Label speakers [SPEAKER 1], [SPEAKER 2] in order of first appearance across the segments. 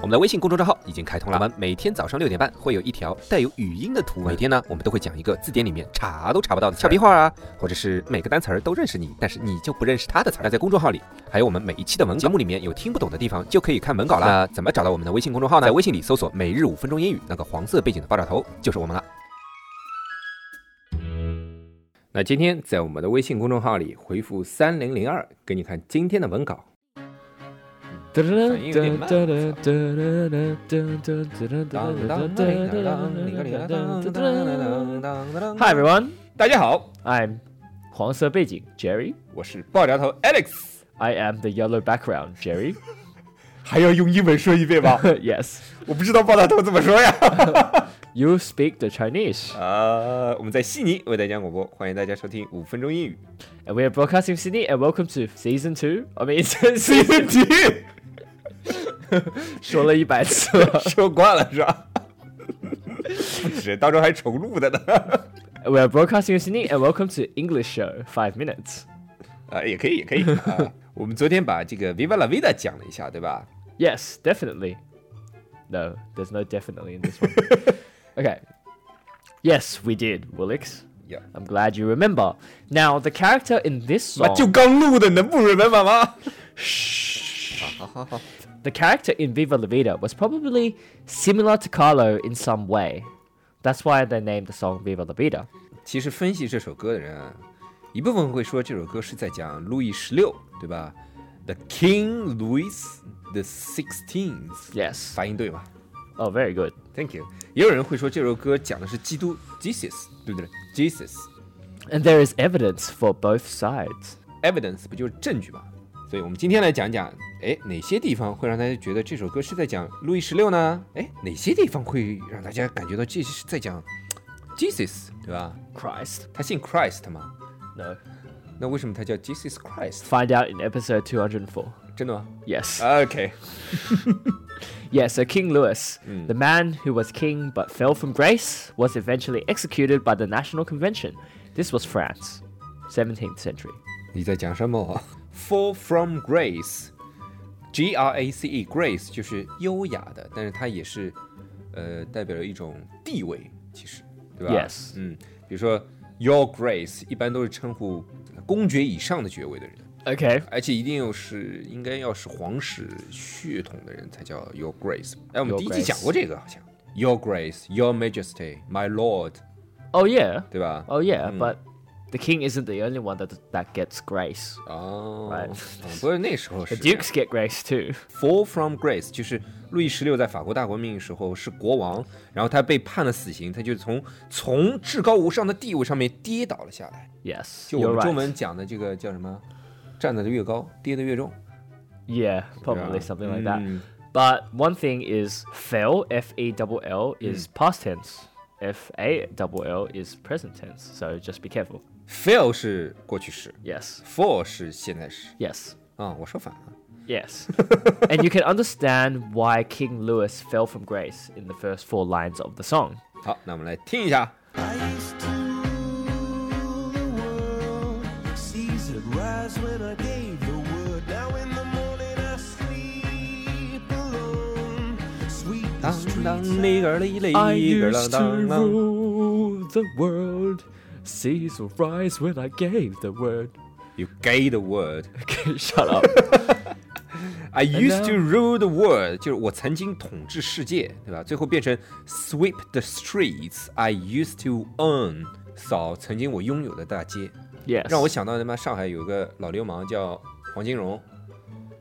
[SPEAKER 1] 我们的微信公众账号已经开通了，我们每天早上六点半会有一条带有语音的图文。每天呢，我们都会讲一个字典里面查都查不到的俏皮话啊，或者是每个单词儿都认识你，但是你就不认识它的词儿。那在公众号里，还有我们每一期的文稿节目里面有听不懂的地方，就可以看文稿啦。那怎么找到我们的微信公众号呢？在微信里搜索“每日五分钟英语”，那个黄色背景的爆炸头就是我们了。
[SPEAKER 2] 那今天在我们的微信公众号里回复三零零二，给你看今天的文稿。哒哒
[SPEAKER 1] 反应有点慢
[SPEAKER 3] ，Hi everyone,
[SPEAKER 2] 大家好，
[SPEAKER 3] I'm 黄色背景 Jerry.
[SPEAKER 2] 我是爆炸头 Alex，
[SPEAKER 3] I am the yellow background Jerry.
[SPEAKER 2] 还要用英文说一遍吧？
[SPEAKER 3] yes,
[SPEAKER 2] 我不知道爆炸头怎么说呀。
[SPEAKER 3] you speak the Chinese,
[SPEAKER 2] 啊，我们在悉尼为大家广播，欢迎大家收听五分钟英语。
[SPEAKER 3] and we are broadcasting from Sydney. And welcome to season two. I mean, season two. 说了一 百次了。
[SPEAKER 2] 说惯了是吧？不止，当中还重录的呢。
[SPEAKER 3] We are broadcasting from Sydney, and welcome to English show five minutes.
[SPEAKER 2] 啊，也可以，也可以。啊、我们昨天把这个 Viva la Vida 讲了一下，对吧？
[SPEAKER 3] Yes, definitely. No, there's no definitely in this one. okay. Yes, we did, Willix.
[SPEAKER 2] Yeah.
[SPEAKER 3] I'm glad you remember. Now, the character in this
[SPEAKER 2] 妈
[SPEAKER 3] song,
[SPEAKER 2] 就刚录的，能不 remember 吗？
[SPEAKER 3] the character in Viva La Vida was probably similar to Carlo in some way. That's why they named the song Viva La Vida.
[SPEAKER 2] 其实分析这首歌的人啊，一部分会说这首歌是在讲路易十六，对吧？The King Louis the Sixteenth，
[SPEAKER 3] Yes.
[SPEAKER 2] 发音对吗
[SPEAKER 3] Oh, very good.
[SPEAKER 2] ？Thank you。也有人会说这首歌讲的是基督 Jesus，对不对？Jesus
[SPEAKER 3] And there is evidence for both sides.
[SPEAKER 2] evidence 不就是证据吗？所以我们今天来讲讲，哎，哪些地方会让大家觉得这首歌是在讲路易十六呢？哎，哪些地方会让大家感觉到这是在讲 Jesus，对吧？
[SPEAKER 3] Christ.
[SPEAKER 2] 他姓 Christ 吗？
[SPEAKER 3] No.
[SPEAKER 2] 那为什么他叫 Jesus Christ？
[SPEAKER 3] Find out in episode 204.
[SPEAKER 2] 真的吗 Uh,
[SPEAKER 3] Yes.
[SPEAKER 2] ？OK，
[SPEAKER 3] Yeah, so King Louis, the man who was king but fell from grace, was eventually executed by the National Convention. This was France, 17th century.
[SPEAKER 2] 你在讲什么？Fall from grace，G R A C E grace 就是优雅的，但是它也是呃代表了一种地位，其实对吧
[SPEAKER 3] Yes
[SPEAKER 2] 嗯，比如说 Your Grace 一般都是称呼公爵以上的爵位的人，
[SPEAKER 3] Okay.
[SPEAKER 2] 而且一定要是应该要是皇室血统的人才叫 Your Grace。哎，我们
[SPEAKER 3] Your
[SPEAKER 2] 第一季
[SPEAKER 3] Grace
[SPEAKER 2] 讲过这个，好像 Your Grace, Your Majesty, My Lord，
[SPEAKER 3] Oh yeah.
[SPEAKER 2] 对吧？
[SPEAKER 3] Oh yeah,
[SPEAKER 2] Mm.
[SPEAKER 3] but the king isn't the only one that that gets grace.
[SPEAKER 2] 哦
[SPEAKER 3] Right
[SPEAKER 2] 嗯不是那时候
[SPEAKER 3] The
[SPEAKER 2] 是 这样
[SPEAKER 3] dukes get grace too.
[SPEAKER 2] Fall from grace，就是路易十六在法国大革命时候是国王，然后他被判了死刑，他就从从至高无上的地位上面跌倒了下来。
[SPEAKER 3] Yes.
[SPEAKER 2] 就我
[SPEAKER 3] You're
[SPEAKER 2] 们
[SPEAKER 3] right.
[SPEAKER 2] 中文讲的这个叫什么？站得越高，跌得越重，
[SPEAKER 3] Yeah, Hmm.
[SPEAKER 2] 对吧
[SPEAKER 3] probably something like that.
[SPEAKER 2] 嗯
[SPEAKER 3] But one thing is fell, F E double L is past tense. F A double L is present tense. So just be careful.
[SPEAKER 2] Fail 是过去式
[SPEAKER 3] Yes.
[SPEAKER 2] ，fall 是现在时。
[SPEAKER 3] Yes.
[SPEAKER 2] 啊、我说反了。
[SPEAKER 3] Yes. and you can understand why King Louis fell from grace in the first four lines of the song.
[SPEAKER 2] 好，那我们来听一下。
[SPEAKER 4] Ice to the world. Seas that rise when I gave the word. Now in the morning I sleep alone. Sweet
[SPEAKER 2] 当
[SPEAKER 4] the streets
[SPEAKER 2] 当哩个儿哩
[SPEAKER 3] I
[SPEAKER 2] 哩个儿
[SPEAKER 3] used
[SPEAKER 2] 啷
[SPEAKER 3] to
[SPEAKER 2] 当当。
[SPEAKER 3] rule the world. Seas will rise when I gave the word.
[SPEAKER 2] You gay the word。
[SPEAKER 3] Okay, shut up.
[SPEAKER 2] I used to rule the world，就是我曾经统治世界，对吧？最后变成 sweep the streets。I used to own，扫曾经我拥有的大街，
[SPEAKER 3] Yes.
[SPEAKER 2] 让我想到他妈上海有个老流氓叫黄金荣，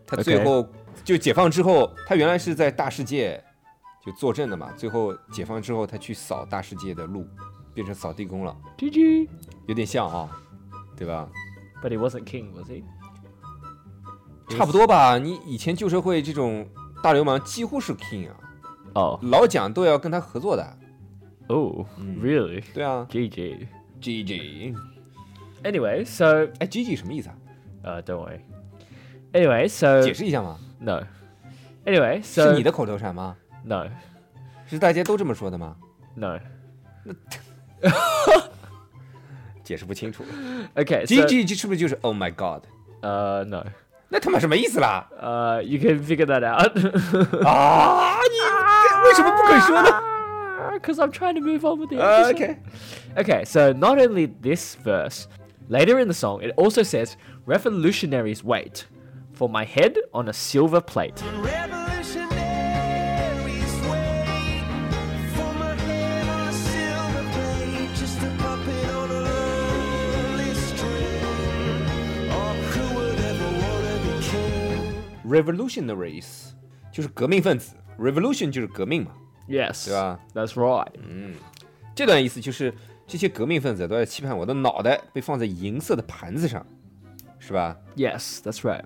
[SPEAKER 2] 他
[SPEAKER 3] OK
[SPEAKER 2] 最后就解放之后，他原来是在大世界就坐镇的嘛，最后解放之后他去扫大世界的路，变成扫地工了，
[SPEAKER 3] GG.
[SPEAKER 2] 有点像啊，对吧？
[SPEAKER 3] But he wasn't king, was he?
[SPEAKER 2] 差不多吧，你以前旧社会这种大流氓几乎是 king 啊。
[SPEAKER 3] Oh.
[SPEAKER 2] 老蒋都要跟他合作的。
[SPEAKER 3] Oh, really?
[SPEAKER 2] 对啊
[SPEAKER 3] GG.
[SPEAKER 2] ，G G，
[SPEAKER 3] Anyway, so
[SPEAKER 2] 哎，G G 什么意思啊？呃
[SPEAKER 3] uh, don't worry. Anyway, so
[SPEAKER 2] 解释一下嘛。
[SPEAKER 3] no. Anyway,
[SPEAKER 2] 是
[SPEAKER 3] so
[SPEAKER 2] 你的口头禅吗？
[SPEAKER 3] no,
[SPEAKER 2] 是大家都这么说的吗？
[SPEAKER 3] no.
[SPEAKER 2] 解释不清楚。
[SPEAKER 3] Okay,
[SPEAKER 2] G
[SPEAKER 3] so
[SPEAKER 2] G G 是不是就是 Oh my God？
[SPEAKER 3] uh, no.
[SPEAKER 2] 那他妈什么意思啦？
[SPEAKER 3] Uh, you can figure that out
[SPEAKER 2] 啊，你为什么不肯说呢
[SPEAKER 3] because Ah, I'm trying to move on with the
[SPEAKER 2] 呃
[SPEAKER 3] episode.
[SPEAKER 2] ？OK，
[SPEAKER 3] Ah, Okay, so not only this verse, later in the song, it also says, Revolutionaries wait for my head on a silver plate.
[SPEAKER 4] Revolutionaries wait for my head on a silver plate, just a puppet on a lonely string. Oh, who would ever wanna be king?
[SPEAKER 2] revolutionaries 就是革命分子，revolution 就是革命嘛。
[SPEAKER 3] Yes,
[SPEAKER 2] Yeah.
[SPEAKER 3] that's right.
[SPEAKER 2] 这段意思就是这些革命分子都在期盼我的脑袋被放在银色的盘子上，是吧？
[SPEAKER 3] Yes, that's right.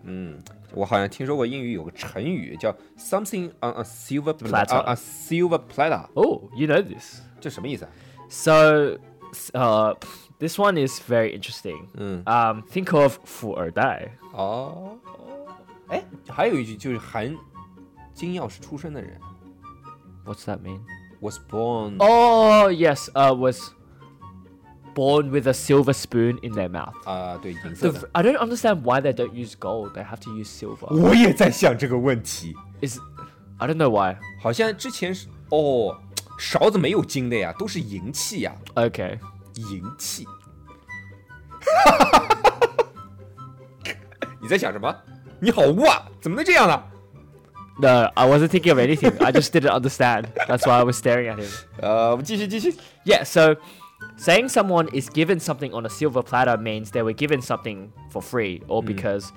[SPEAKER 2] 我好像听说过英语有个成语叫 something on a silver
[SPEAKER 3] Platter
[SPEAKER 2] on a silver platter，
[SPEAKER 3] Oh, you know this.
[SPEAKER 2] 这什么意思啊？
[SPEAKER 3] So, s- uh, this one is very interesting. Um, think of Fu Er Dai.
[SPEAKER 2] 哦，哎，还有一句就是含金钥匙出生的人
[SPEAKER 3] What's that mean?
[SPEAKER 2] was born，、
[SPEAKER 3] Oh, yes, uh, was born with a silver spoon in their mouth.
[SPEAKER 2] 啊，对，银色
[SPEAKER 3] The,
[SPEAKER 2] 的。
[SPEAKER 3] I don't understand why they don't use gold. They have to use silver.
[SPEAKER 2] 我也在想这个问题，
[SPEAKER 3] Is I don't know why.
[SPEAKER 2] 好像之前是哦，勺子没有金的呀，都是银器呀，
[SPEAKER 3] Okay.
[SPEAKER 2] 银器。 你在想什么？你好污啊！怎么能这样呢？
[SPEAKER 3] No, I wasn't thinking of anything. I just didn't understand. That's why I was staring at him.
[SPEAKER 2] 呃，我们继续继续。
[SPEAKER 3] Yeah, so saying someone is given something on a silver platter means they were given something for free or because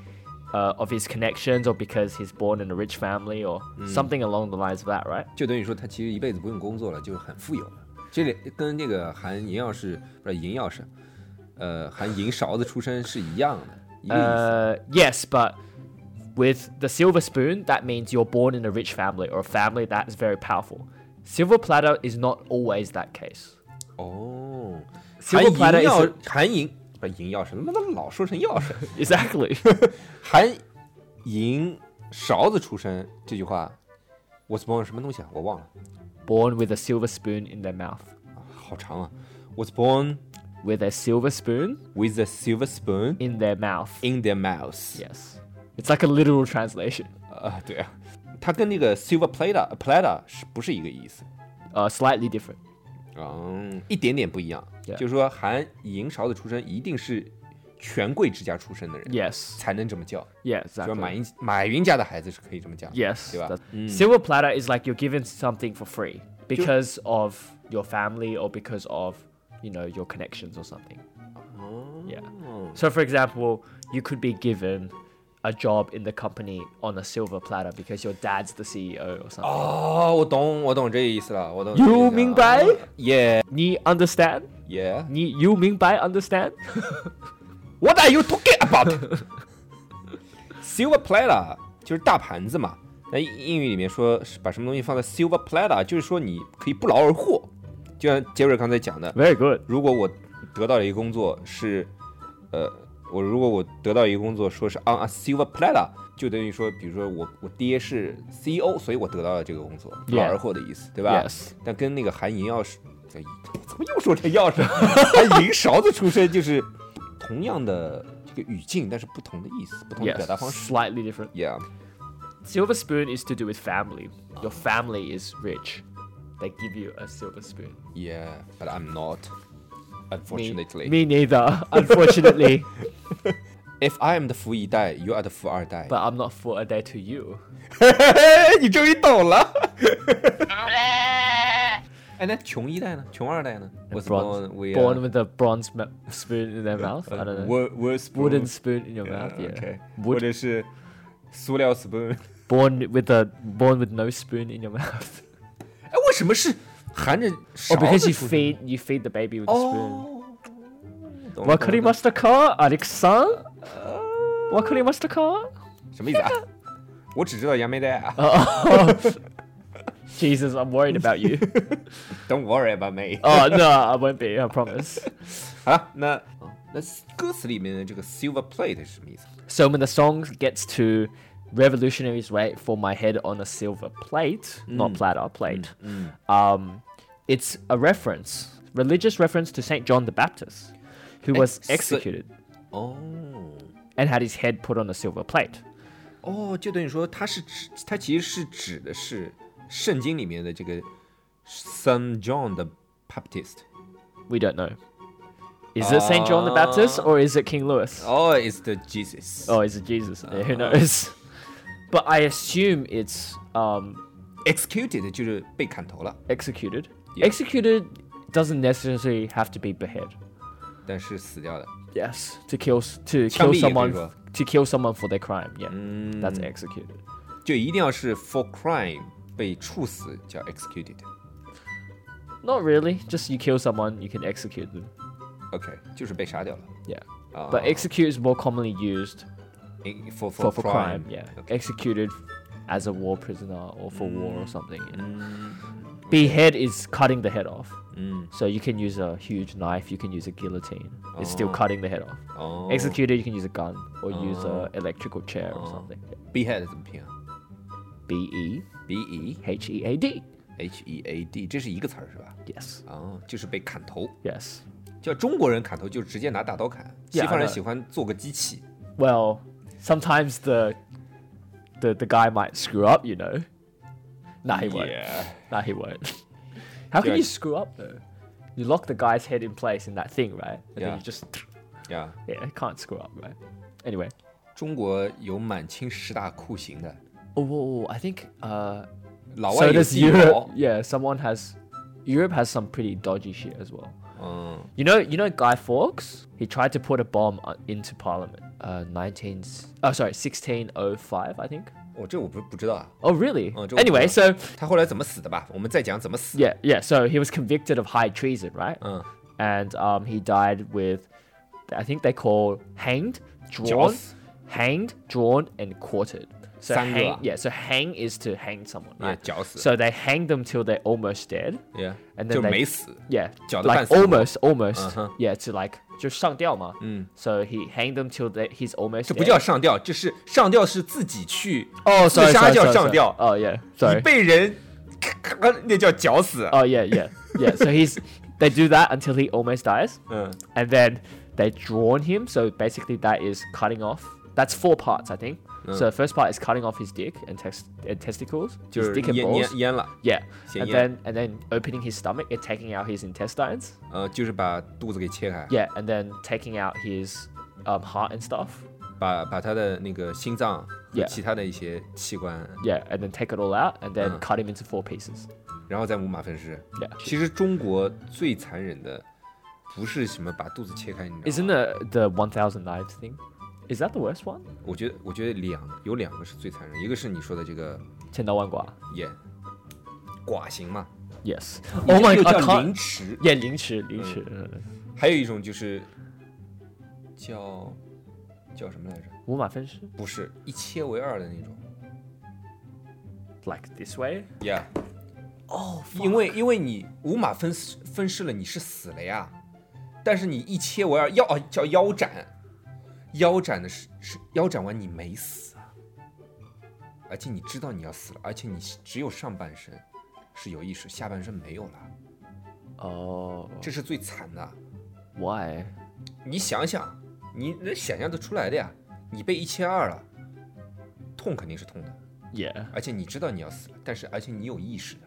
[SPEAKER 3] uh, of his connections or because he's born in a rich family or something along the lines of that, right?
[SPEAKER 2] 就等于说他其实一辈子不用工作了，就是很富有了。这里跟那个含银钥匙不是银钥匙，呃，含银勺子出生是一样的，一个意思。
[SPEAKER 3] Uh, yes, but with the silver spoon, that means you're born in a rich family or a family that is very powerful. Silver platter is not always that case.
[SPEAKER 2] 哦，含
[SPEAKER 3] Silver
[SPEAKER 2] 银
[SPEAKER 3] platter is
[SPEAKER 2] 钥含银不是银钥匙，他妈怎么老说成钥匙？
[SPEAKER 3] exactly.
[SPEAKER 2] 含银勺子出生这句话，was born 什么东西啊？我忘了，
[SPEAKER 3] born with a silver spoon in their mouth.
[SPEAKER 2] 好长啊。was born
[SPEAKER 3] With a silver spoon
[SPEAKER 2] with a silver spoon
[SPEAKER 3] in their mouth.
[SPEAKER 2] in their mouth。
[SPEAKER 3] Yes. It's like a literal translation.
[SPEAKER 2] 啊，对啊，它跟那个 silver platter platter 是不是一个意思？
[SPEAKER 3] Uh, slightly different.
[SPEAKER 2] 嗯，一点点不一样。
[SPEAKER 3] Yeah
[SPEAKER 2] 就是说，含银勺子出生一定是权贵之家出身的人
[SPEAKER 3] Yes.
[SPEAKER 2] 才能这么叫。
[SPEAKER 3] Yeah,
[SPEAKER 2] 就是马
[SPEAKER 3] exactly.
[SPEAKER 2] 云马云家的孩子是可以这么叫。
[SPEAKER 3] Yes.
[SPEAKER 2] 对吧？
[SPEAKER 3] that's- Silver platter is like you're given something for free because of your family or because of, you know, your connections or something. Yeah. So, for example, you could be given a job in the company on a silver platter because your dad's the CEO or something.
[SPEAKER 2] 哦，我懂，我懂这个意思了，我懂。
[SPEAKER 3] You 明白
[SPEAKER 2] ？Yeah,
[SPEAKER 3] Ni understand?
[SPEAKER 2] yeah.
[SPEAKER 3] Ni you ming bai understand?
[SPEAKER 2] What are you talking about? silver platter 就是大盘子嘛。那英语里面说是把什么东西放在 silver platter，就是说你可以不劳而获。就像杰瑞刚才讲的，
[SPEAKER 3] Very good.
[SPEAKER 2] 如果我得到了一个工作是，呃，我如果我得到一个工作说是 on a silver platter，就等于说，比如说我我爹是 CEO，所以我得到了这个工作，不劳
[SPEAKER 3] Yeah.
[SPEAKER 2] 而获的意思，对吧
[SPEAKER 3] Yes.
[SPEAKER 2] 但跟那个含银钥匙，哎怎么又说成钥匙？ 含银勺子出身就是同样的这个语境，但是不同的意思，不同的表
[SPEAKER 3] Yes.
[SPEAKER 2] 达方式。
[SPEAKER 3] Slightly different.
[SPEAKER 2] Yeah，
[SPEAKER 3] Silver spoon is to do with family. Your family is rich. They give you a silver spoon.
[SPEAKER 2] yeah, but I'm not.
[SPEAKER 3] Me,
[SPEAKER 2] Unfortunately,
[SPEAKER 3] me neither, unfortunately.
[SPEAKER 2] if I am the 富一代，you are the 富二代。
[SPEAKER 3] but I'm not for a day to you.
[SPEAKER 2] 你终于懂了。哎，那穷一代呢？穷二代呢？Was
[SPEAKER 3] Bronze-
[SPEAKER 2] born with uh,
[SPEAKER 3] born with a bronze ma- spoon in their mouth. I don't know.
[SPEAKER 2] wood wood spoon.
[SPEAKER 3] Wooden spoon in your mouth. Yeah.
[SPEAKER 2] 呃 OK，或
[SPEAKER 3] Wood,
[SPEAKER 2] 者是塑料 spoon。
[SPEAKER 3] born with a born with no spoon in your mouth.
[SPEAKER 2] 哎，为什么是含着勺
[SPEAKER 3] Or
[SPEAKER 2] 子
[SPEAKER 3] Oh, because you
[SPEAKER 2] 出生
[SPEAKER 3] feed you feed the baby with a
[SPEAKER 2] Oh.
[SPEAKER 3] spoon.
[SPEAKER 2] 哦，懂了
[SPEAKER 3] What
[SPEAKER 2] 懂
[SPEAKER 3] could he
[SPEAKER 2] 了懂了
[SPEAKER 3] muster car, Alexa? What could he muster car?
[SPEAKER 2] 什么意思啊？我只知道杨梅带啊。
[SPEAKER 3] Jesus, I'm worried about you.
[SPEAKER 2] Don't worry about me。
[SPEAKER 3] oh no, I won't be. I promise.
[SPEAKER 2] 好了，那那歌词里面的这个 silver plate 是什么意思？
[SPEAKER 3] So when the song gets to revolutionaries wait for my head on a silver plate,
[SPEAKER 2] Mm.
[SPEAKER 3] not platter, plate. Um, it's a reference, religious reference to Saint John the Baptist, who was
[SPEAKER 2] Ex-
[SPEAKER 3] executed
[SPEAKER 2] 哦
[SPEAKER 3] and had his head put on a silver plate.
[SPEAKER 2] 哦，就等于说它是指，它其实是指的是圣经里面的这个 San John 的 Baptist。
[SPEAKER 3] We don't know. Is it Saint John the Baptist or is it King Louis?
[SPEAKER 2] Uh, Oh, Uh, it's the Jesus.
[SPEAKER 3] Oh, is it Jesus? Yeah, who knows? But I assume it's um,
[SPEAKER 2] executed 就是被砍头了，
[SPEAKER 3] executed. Executed doesn't necessarily have to be beheaded.
[SPEAKER 2] 但是死掉了。
[SPEAKER 3] Yes, to kill s- to
[SPEAKER 2] 枪
[SPEAKER 3] kill
[SPEAKER 2] 毙也可以
[SPEAKER 3] someone
[SPEAKER 2] 说，
[SPEAKER 3] to kill someone for their crime. Yeah, that's executed.
[SPEAKER 2] 嗯就一定要是 for crime 被处死叫 executed。
[SPEAKER 3] Not really. Just you kill someone, you can execute them.
[SPEAKER 2] OK，就是被杀掉了。
[SPEAKER 3] Yeah,
[SPEAKER 2] 啊
[SPEAKER 3] but execute is more commonly used
[SPEAKER 2] in- for
[SPEAKER 3] Oh. for,
[SPEAKER 2] for 呃
[SPEAKER 3] for crime. Yeah,
[SPEAKER 2] OK
[SPEAKER 3] executed as a war prisoner or for war or something. You know. Mm. Behead is cutting the head off. So you can use a huge knife. You can use a guillotine. It's still cutting the head off.
[SPEAKER 2] 哦
[SPEAKER 3] Executed, you can use a gun or use a electrical chair or something.
[SPEAKER 2] behead 怎么拼啊
[SPEAKER 3] B e
[SPEAKER 2] ？B E
[SPEAKER 3] h e a d.
[SPEAKER 2] H E A D，这是一个词儿是吧？
[SPEAKER 3] Yes.
[SPEAKER 2] 哦，就是被砍头。
[SPEAKER 3] Yes.
[SPEAKER 2] 叫中国人砍头就是直接拿大刀砍，西
[SPEAKER 3] Yeah，
[SPEAKER 2] 方人
[SPEAKER 3] 那
[SPEAKER 2] 喜欢做个机器。
[SPEAKER 3] Well, sometimes the the the guy might screw up, you know. Nah, he won't. Nah, he won't. How can
[SPEAKER 2] Yeah.
[SPEAKER 3] you screw up though? You lock the guy's head in place in that thing, right? And
[SPEAKER 2] Yeah.
[SPEAKER 3] then you just
[SPEAKER 2] Yeah，
[SPEAKER 3] yeah, it can't screw up, right? Anyway.
[SPEAKER 2] 中国有满清十大酷刑的，
[SPEAKER 3] Oh, whoa, whoa, I think uh
[SPEAKER 2] 老外
[SPEAKER 3] so
[SPEAKER 2] 有
[SPEAKER 3] does
[SPEAKER 2] 自由
[SPEAKER 3] Europe.。Yeah, someone has Europe has some pretty dodgy shit as well.
[SPEAKER 2] 嗯，
[SPEAKER 3] You know, you know Guy Fawkes. He tried to put a bomb uh, into Parliament. Uh, 19. Oh, sorry, 1605, I think.
[SPEAKER 2] 我这我不不知道啊。
[SPEAKER 3] Oh, really?
[SPEAKER 2] Oh, Joe
[SPEAKER 3] anyway,
[SPEAKER 2] Biden.
[SPEAKER 3] so
[SPEAKER 2] 他后来怎么死的吧？我们再讲怎么死。
[SPEAKER 3] yeah, yeah. So he was convicted of high treason, right?
[SPEAKER 2] 嗯，
[SPEAKER 3] And um, he died with, I think they call hanged, drawn,
[SPEAKER 2] Jaws.
[SPEAKER 3] hanged, drawn, and quartered. So
[SPEAKER 2] Sangua.
[SPEAKER 3] hang, yeah. So hang is to hang someone,
[SPEAKER 2] Yeah,
[SPEAKER 3] right?
[SPEAKER 2] 绞死。
[SPEAKER 3] so they hang them till they're almost dead.
[SPEAKER 2] Yeah，
[SPEAKER 3] And
[SPEAKER 2] 就
[SPEAKER 3] then
[SPEAKER 2] 没
[SPEAKER 3] they
[SPEAKER 2] 死。
[SPEAKER 3] Yeah,
[SPEAKER 2] 绞得
[SPEAKER 3] like
[SPEAKER 2] 半死不活。
[SPEAKER 3] almost, almost.
[SPEAKER 2] Uh-huh. Mm.
[SPEAKER 3] Yeah, to like 就上吊嘛。So he hanged them till they, he's almost.
[SPEAKER 2] 这不
[SPEAKER 3] dead.
[SPEAKER 2] 叫上吊，这是上吊是自己去
[SPEAKER 3] Oh,
[SPEAKER 2] 自
[SPEAKER 3] sorry,
[SPEAKER 2] 杀
[SPEAKER 3] sorry,
[SPEAKER 2] 叫
[SPEAKER 3] sorry,
[SPEAKER 2] 上
[SPEAKER 3] sorry.
[SPEAKER 2] 吊，
[SPEAKER 3] Oh yeah,
[SPEAKER 2] 你
[SPEAKER 3] sorry.
[SPEAKER 2] 被人咔咔咔那叫绞死。
[SPEAKER 3] Oh yeah, yeah, yeah. So he's they do that until he almost dies,
[SPEAKER 2] 嗯
[SPEAKER 3] and then they drawn him. So basically, that is cutting off. That's four parts, I think. So the first part is cutting off his dick and, test and testicles,
[SPEAKER 2] 就
[SPEAKER 3] his
[SPEAKER 2] 是
[SPEAKER 3] dick and
[SPEAKER 2] 淹
[SPEAKER 3] balls.
[SPEAKER 2] 淹淹了，
[SPEAKER 3] Yeah,
[SPEAKER 2] So
[SPEAKER 3] and
[SPEAKER 2] yeah.
[SPEAKER 3] then and then opening his stomach and taking out his intestines.
[SPEAKER 2] 呃，就是把肚子给切开，
[SPEAKER 3] Yeah, and then taking out his um, heart and stuff.
[SPEAKER 2] 把把他的那个心脏和
[SPEAKER 3] Yeah
[SPEAKER 2] 其他的一些器官，
[SPEAKER 3] Yeah, and then take it all out and then
[SPEAKER 2] Uh.
[SPEAKER 3] cut him into four pieces.
[SPEAKER 2] 然后再五马分尸。
[SPEAKER 3] Yeah.
[SPEAKER 2] 其实中国最残忍的不是什么把肚子切开，你知道
[SPEAKER 3] Isn't
[SPEAKER 2] 吗？
[SPEAKER 3] the the one thousand knives thing? Is that the worst one?
[SPEAKER 2] 我觉得我觉得两有两个是最残忍，一个是你说的这个
[SPEAKER 3] 10 no one gua.
[SPEAKER 2] 也剐刑嘛，
[SPEAKER 3] Yes. Oh my
[SPEAKER 2] 又
[SPEAKER 3] god.
[SPEAKER 2] 叫
[SPEAKER 3] I
[SPEAKER 2] 凌
[SPEAKER 3] can't-
[SPEAKER 2] 迟，
[SPEAKER 3] Yeah, 凌迟，凌迟。
[SPEAKER 2] 还有一种就是叫叫什么来着？
[SPEAKER 3] 五马分尸
[SPEAKER 2] 不是一切为二的那种。
[SPEAKER 3] ，like this way.
[SPEAKER 2] Yeah。哦，因为因为你五马分尸分尸了，你是死了呀，但是你一切为二腰啊叫腰斩，腰斩的是是腰斩完你没死啊，而且你知道你要死了，而且你只有上半身是有意识，下半身没有了，
[SPEAKER 3] Oh,
[SPEAKER 2] 这是最惨的。
[SPEAKER 3] why?
[SPEAKER 2] 你想想，你能想象得出来的呀，你被一切二了，痛肯定是痛的，
[SPEAKER 3] Yeah.
[SPEAKER 2] 而且你知道你要死了，但是而且你有意识的。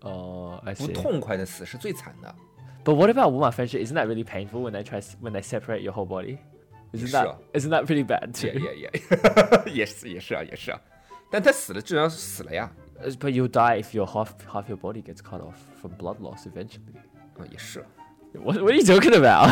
[SPEAKER 3] Oh, I
[SPEAKER 2] 不
[SPEAKER 3] see.
[SPEAKER 2] 痛快的死是最惨的。
[SPEAKER 3] But what about 五马分尸 Isn't that really painful when they try s- when they separate your whole body? Isn't that
[SPEAKER 2] 也是啊。
[SPEAKER 3] isn't that pretty bad
[SPEAKER 2] 也
[SPEAKER 3] too?
[SPEAKER 2] 也也，也 是也是啊，也是啊。但他死了，至少死了呀。
[SPEAKER 3] But you'll die if your half half your body gets cut off from blood loss eventually.
[SPEAKER 2] 嗯，也是。
[SPEAKER 3] What, what are you talking about?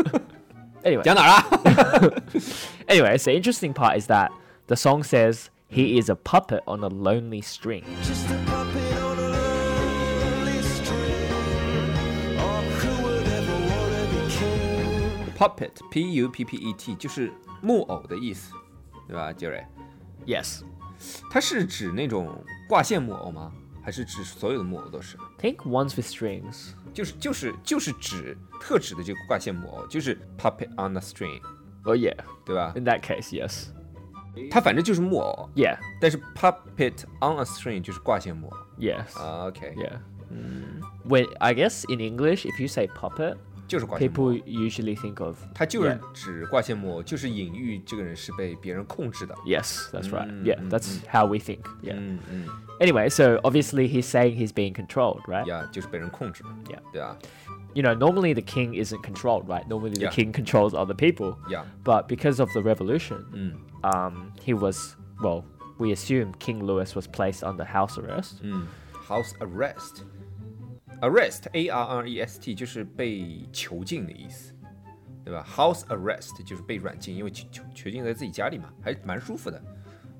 [SPEAKER 3] anyway,
[SPEAKER 2] 讲哪儿了？
[SPEAKER 3] anyway, so the interesting part is that the song says he is a puppet on a lonely string.
[SPEAKER 4] Just a puppet on a lonely string. Oh, who would ever wanna be king?
[SPEAKER 2] Puppet P U P P E T 就是木偶的意思，对吧，杰瑞？
[SPEAKER 3] Yes.
[SPEAKER 2] 它是指那种挂线木偶吗？还是指所有的木偶都是？
[SPEAKER 3] Think ones with strings.
[SPEAKER 2] 就是就是就是指特指的这个挂线木偶，就是 puppet on a string，
[SPEAKER 3] Oh yeah.
[SPEAKER 2] 对吧
[SPEAKER 3] In that case, yes.
[SPEAKER 2] 它反正就是木偶，
[SPEAKER 3] Yeah.
[SPEAKER 2] 但是 puppet on a string 就是挂线木偶。
[SPEAKER 3] Yes.
[SPEAKER 2] o OK，、
[SPEAKER 3] yeah.
[SPEAKER 2] mm.
[SPEAKER 3] When I guess in English, if you say puppet,
[SPEAKER 2] 就是挂线木偶
[SPEAKER 3] people usually think of
[SPEAKER 2] 它就是
[SPEAKER 3] ，yeah.
[SPEAKER 2] 指挂线木偶，就是隐喻这个人是被别人控制的。
[SPEAKER 3] Yes, that's right.
[SPEAKER 2] Mm,
[SPEAKER 3] Yeah,
[SPEAKER 2] mm,
[SPEAKER 3] that's how we think. Yeah.
[SPEAKER 2] 嗯嗯，
[SPEAKER 3] Anyway, so obviously he's saying he's being controlled, right?
[SPEAKER 2] 呀、就是被人控制。
[SPEAKER 3] Yeah.
[SPEAKER 2] 对啊，
[SPEAKER 3] You know, normally the king isn't controlled, right? Normally the
[SPEAKER 2] Yeah.
[SPEAKER 3] king controls other people.
[SPEAKER 2] 呀、
[SPEAKER 3] But because of the revolution,
[SPEAKER 2] 嗯
[SPEAKER 3] um, he was, well, we assume King Louis was placed under house arrest.
[SPEAKER 2] 嗯，house arrest。arrest，a r r e s t，就是被囚禁的意思，对吧？house arrest 就是被软禁，因为囚囚囚禁在自己家里嘛，还蛮舒服的，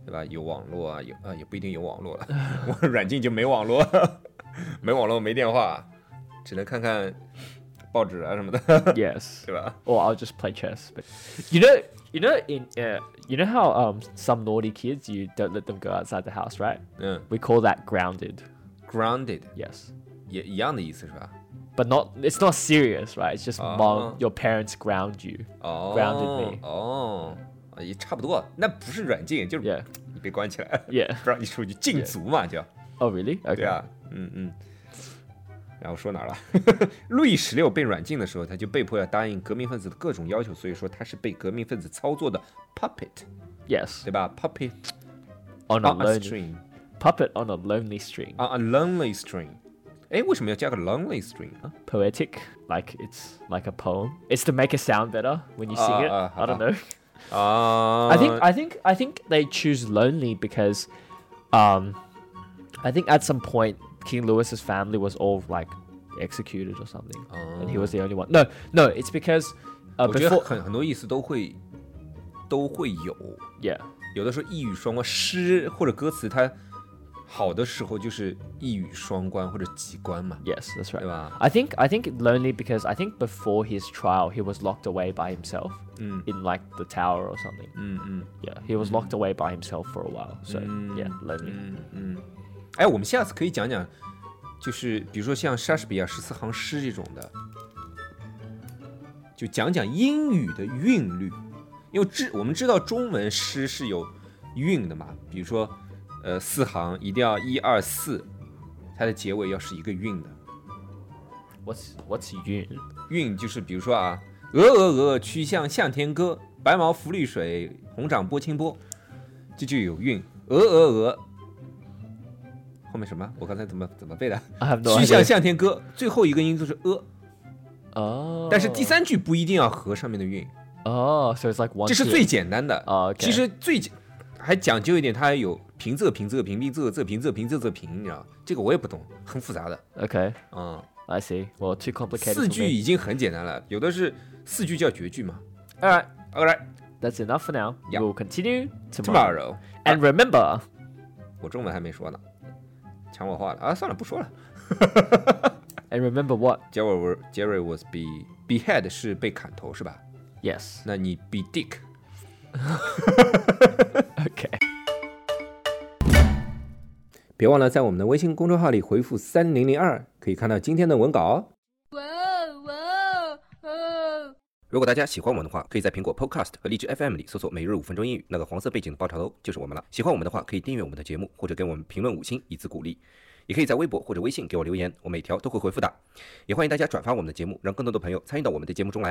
[SPEAKER 2] 对吧？有网络啊，有啊、也不一定有网络了， 我软禁就没网络， 没网络没电话，只能看看报纸啊什么的，
[SPEAKER 3] yes.
[SPEAKER 2] 对吧？
[SPEAKER 3] Or I'll just play chess. But you know, you know, in uh, you know how um, some naughty kids you don't let them go outside the house, right?
[SPEAKER 2] 嗯
[SPEAKER 3] We call that grounded.
[SPEAKER 2] ，grounded
[SPEAKER 3] Yes.
[SPEAKER 2] 也一样的意思是吧？
[SPEAKER 3] but not it's not serious, right? It's just
[SPEAKER 2] Ah.
[SPEAKER 3] mom, your parents ground you.
[SPEAKER 2] 哦
[SPEAKER 3] Grounded me
[SPEAKER 2] 哦，啊也差不多，那不是软禁，就是
[SPEAKER 3] Yeah.
[SPEAKER 2] 你被关起来
[SPEAKER 3] Yeah.
[SPEAKER 2] 不让你出去，禁足嘛叫。
[SPEAKER 3] Oh, really? Okay.
[SPEAKER 2] 对啊，嗯嗯。然后说哪儿了？ 路易十六被软禁的时候，他就被迫要答应革命分子的各种要求，所以说他是被革命分子操作的 puppet，
[SPEAKER 3] Yes.
[SPEAKER 2] 对吧？puppet
[SPEAKER 3] On a
[SPEAKER 2] on a
[SPEAKER 3] lonely
[SPEAKER 2] string Ah.
[SPEAKER 3] puppet on a lonely string.
[SPEAKER 2] on a lonely string。哎，为什么要加个 lonely string 啊？
[SPEAKER 3] Poetic, like it's like a poem. It's to make it sound better when you sing
[SPEAKER 2] Ah,
[SPEAKER 3] it.
[SPEAKER 2] ah,
[SPEAKER 3] I don't
[SPEAKER 2] ah.
[SPEAKER 3] know.
[SPEAKER 2] 啊
[SPEAKER 3] I
[SPEAKER 2] Uh,
[SPEAKER 3] think I think I think they choose lonely because, um, I think at some point King Louis's family was all like executed or something, and he was the only one. No, no, it's because uh,
[SPEAKER 2] 我觉得
[SPEAKER 3] before
[SPEAKER 2] 很很多意思都会都会有，
[SPEAKER 3] yeah.
[SPEAKER 2] 有的时候一语双关，诗或者歌词它好的时候就是一语双关或者几关嘛。
[SPEAKER 3] Yes, that's right.
[SPEAKER 2] Wow.
[SPEAKER 3] I think I think lonely because I think before his trial he was locked away by himself in like the tower or something. Yeah, he was locked away by himself for a while. So yeah, lonely.
[SPEAKER 2] 哎，我们下次可以讲讲，就是比如说像莎士比亚十四行诗这种的，就讲讲英语的韵律，因为知我们知道中文诗是有韵的嘛，比如说，呃，四行一定要一二四，它的结尾要是一个韵的，
[SPEAKER 3] What's what's Yun?
[SPEAKER 2] 韵就是比如说啊，鹅鹅鹅，曲项向天歌，白毛浮绿水，红掌拨清波，这就有韵，鹅鹅鹅。后面什么？我刚才怎么怎么背的？
[SPEAKER 3] I have no
[SPEAKER 2] 曲项
[SPEAKER 3] idea.
[SPEAKER 2] 向天歌，最后一个音就是呃，
[SPEAKER 3] Oh.
[SPEAKER 2] 但是第三句不一定要和上面的韵，
[SPEAKER 3] Oh, so it's like one.
[SPEAKER 2] 这哦是
[SPEAKER 3] tier.
[SPEAKER 2] 最简单的。
[SPEAKER 3] 哦，OK
[SPEAKER 2] 其实最简还讲究一点，它还有平仄、平仄、平平仄、仄平仄、平仄仄平，你知道吗？这个我也不懂，很复杂的。
[SPEAKER 3] Okay,
[SPEAKER 2] 嗯，
[SPEAKER 3] I see. Well, too complicated.
[SPEAKER 2] 四
[SPEAKER 3] for
[SPEAKER 2] 句
[SPEAKER 3] me.
[SPEAKER 2] 已经很简单了，有的是四句叫绝句嘛。All right, all right,
[SPEAKER 3] That's enough for now.
[SPEAKER 2] Yeah.
[SPEAKER 3] We'll continue tomorrow.
[SPEAKER 2] tomorrow。
[SPEAKER 3] And remember,
[SPEAKER 2] 我中文还没说呢，抢我话了啊！算了，不说了。
[SPEAKER 3] and remember what?
[SPEAKER 2] Jerry was Jerry was be behead 是被砍头是吧？
[SPEAKER 3] Yes.
[SPEAKER 2] 那你 be dick
[SPEAKER 3] Okay.
[SPEAKER 2] 别忘了在我们的微信公众号里回复三零零二，可以看到今天的文稿哦。
[SPEAKER 1] 如果大家喜欢我们的话，可以在苹果 Podcast 和荔枝 FM 里搜索“每日五分钟英语”，那个黄色背景的爆炒头就是我们了。喜欢我们的话，可以订阅我们的节目，或者给我们评论五星以资鼓励。也可以在微博或者微信给我留言，我每条都会回复的。也欢迎大家转发我们的节目，让更多的朋友参与到我们的节目中来。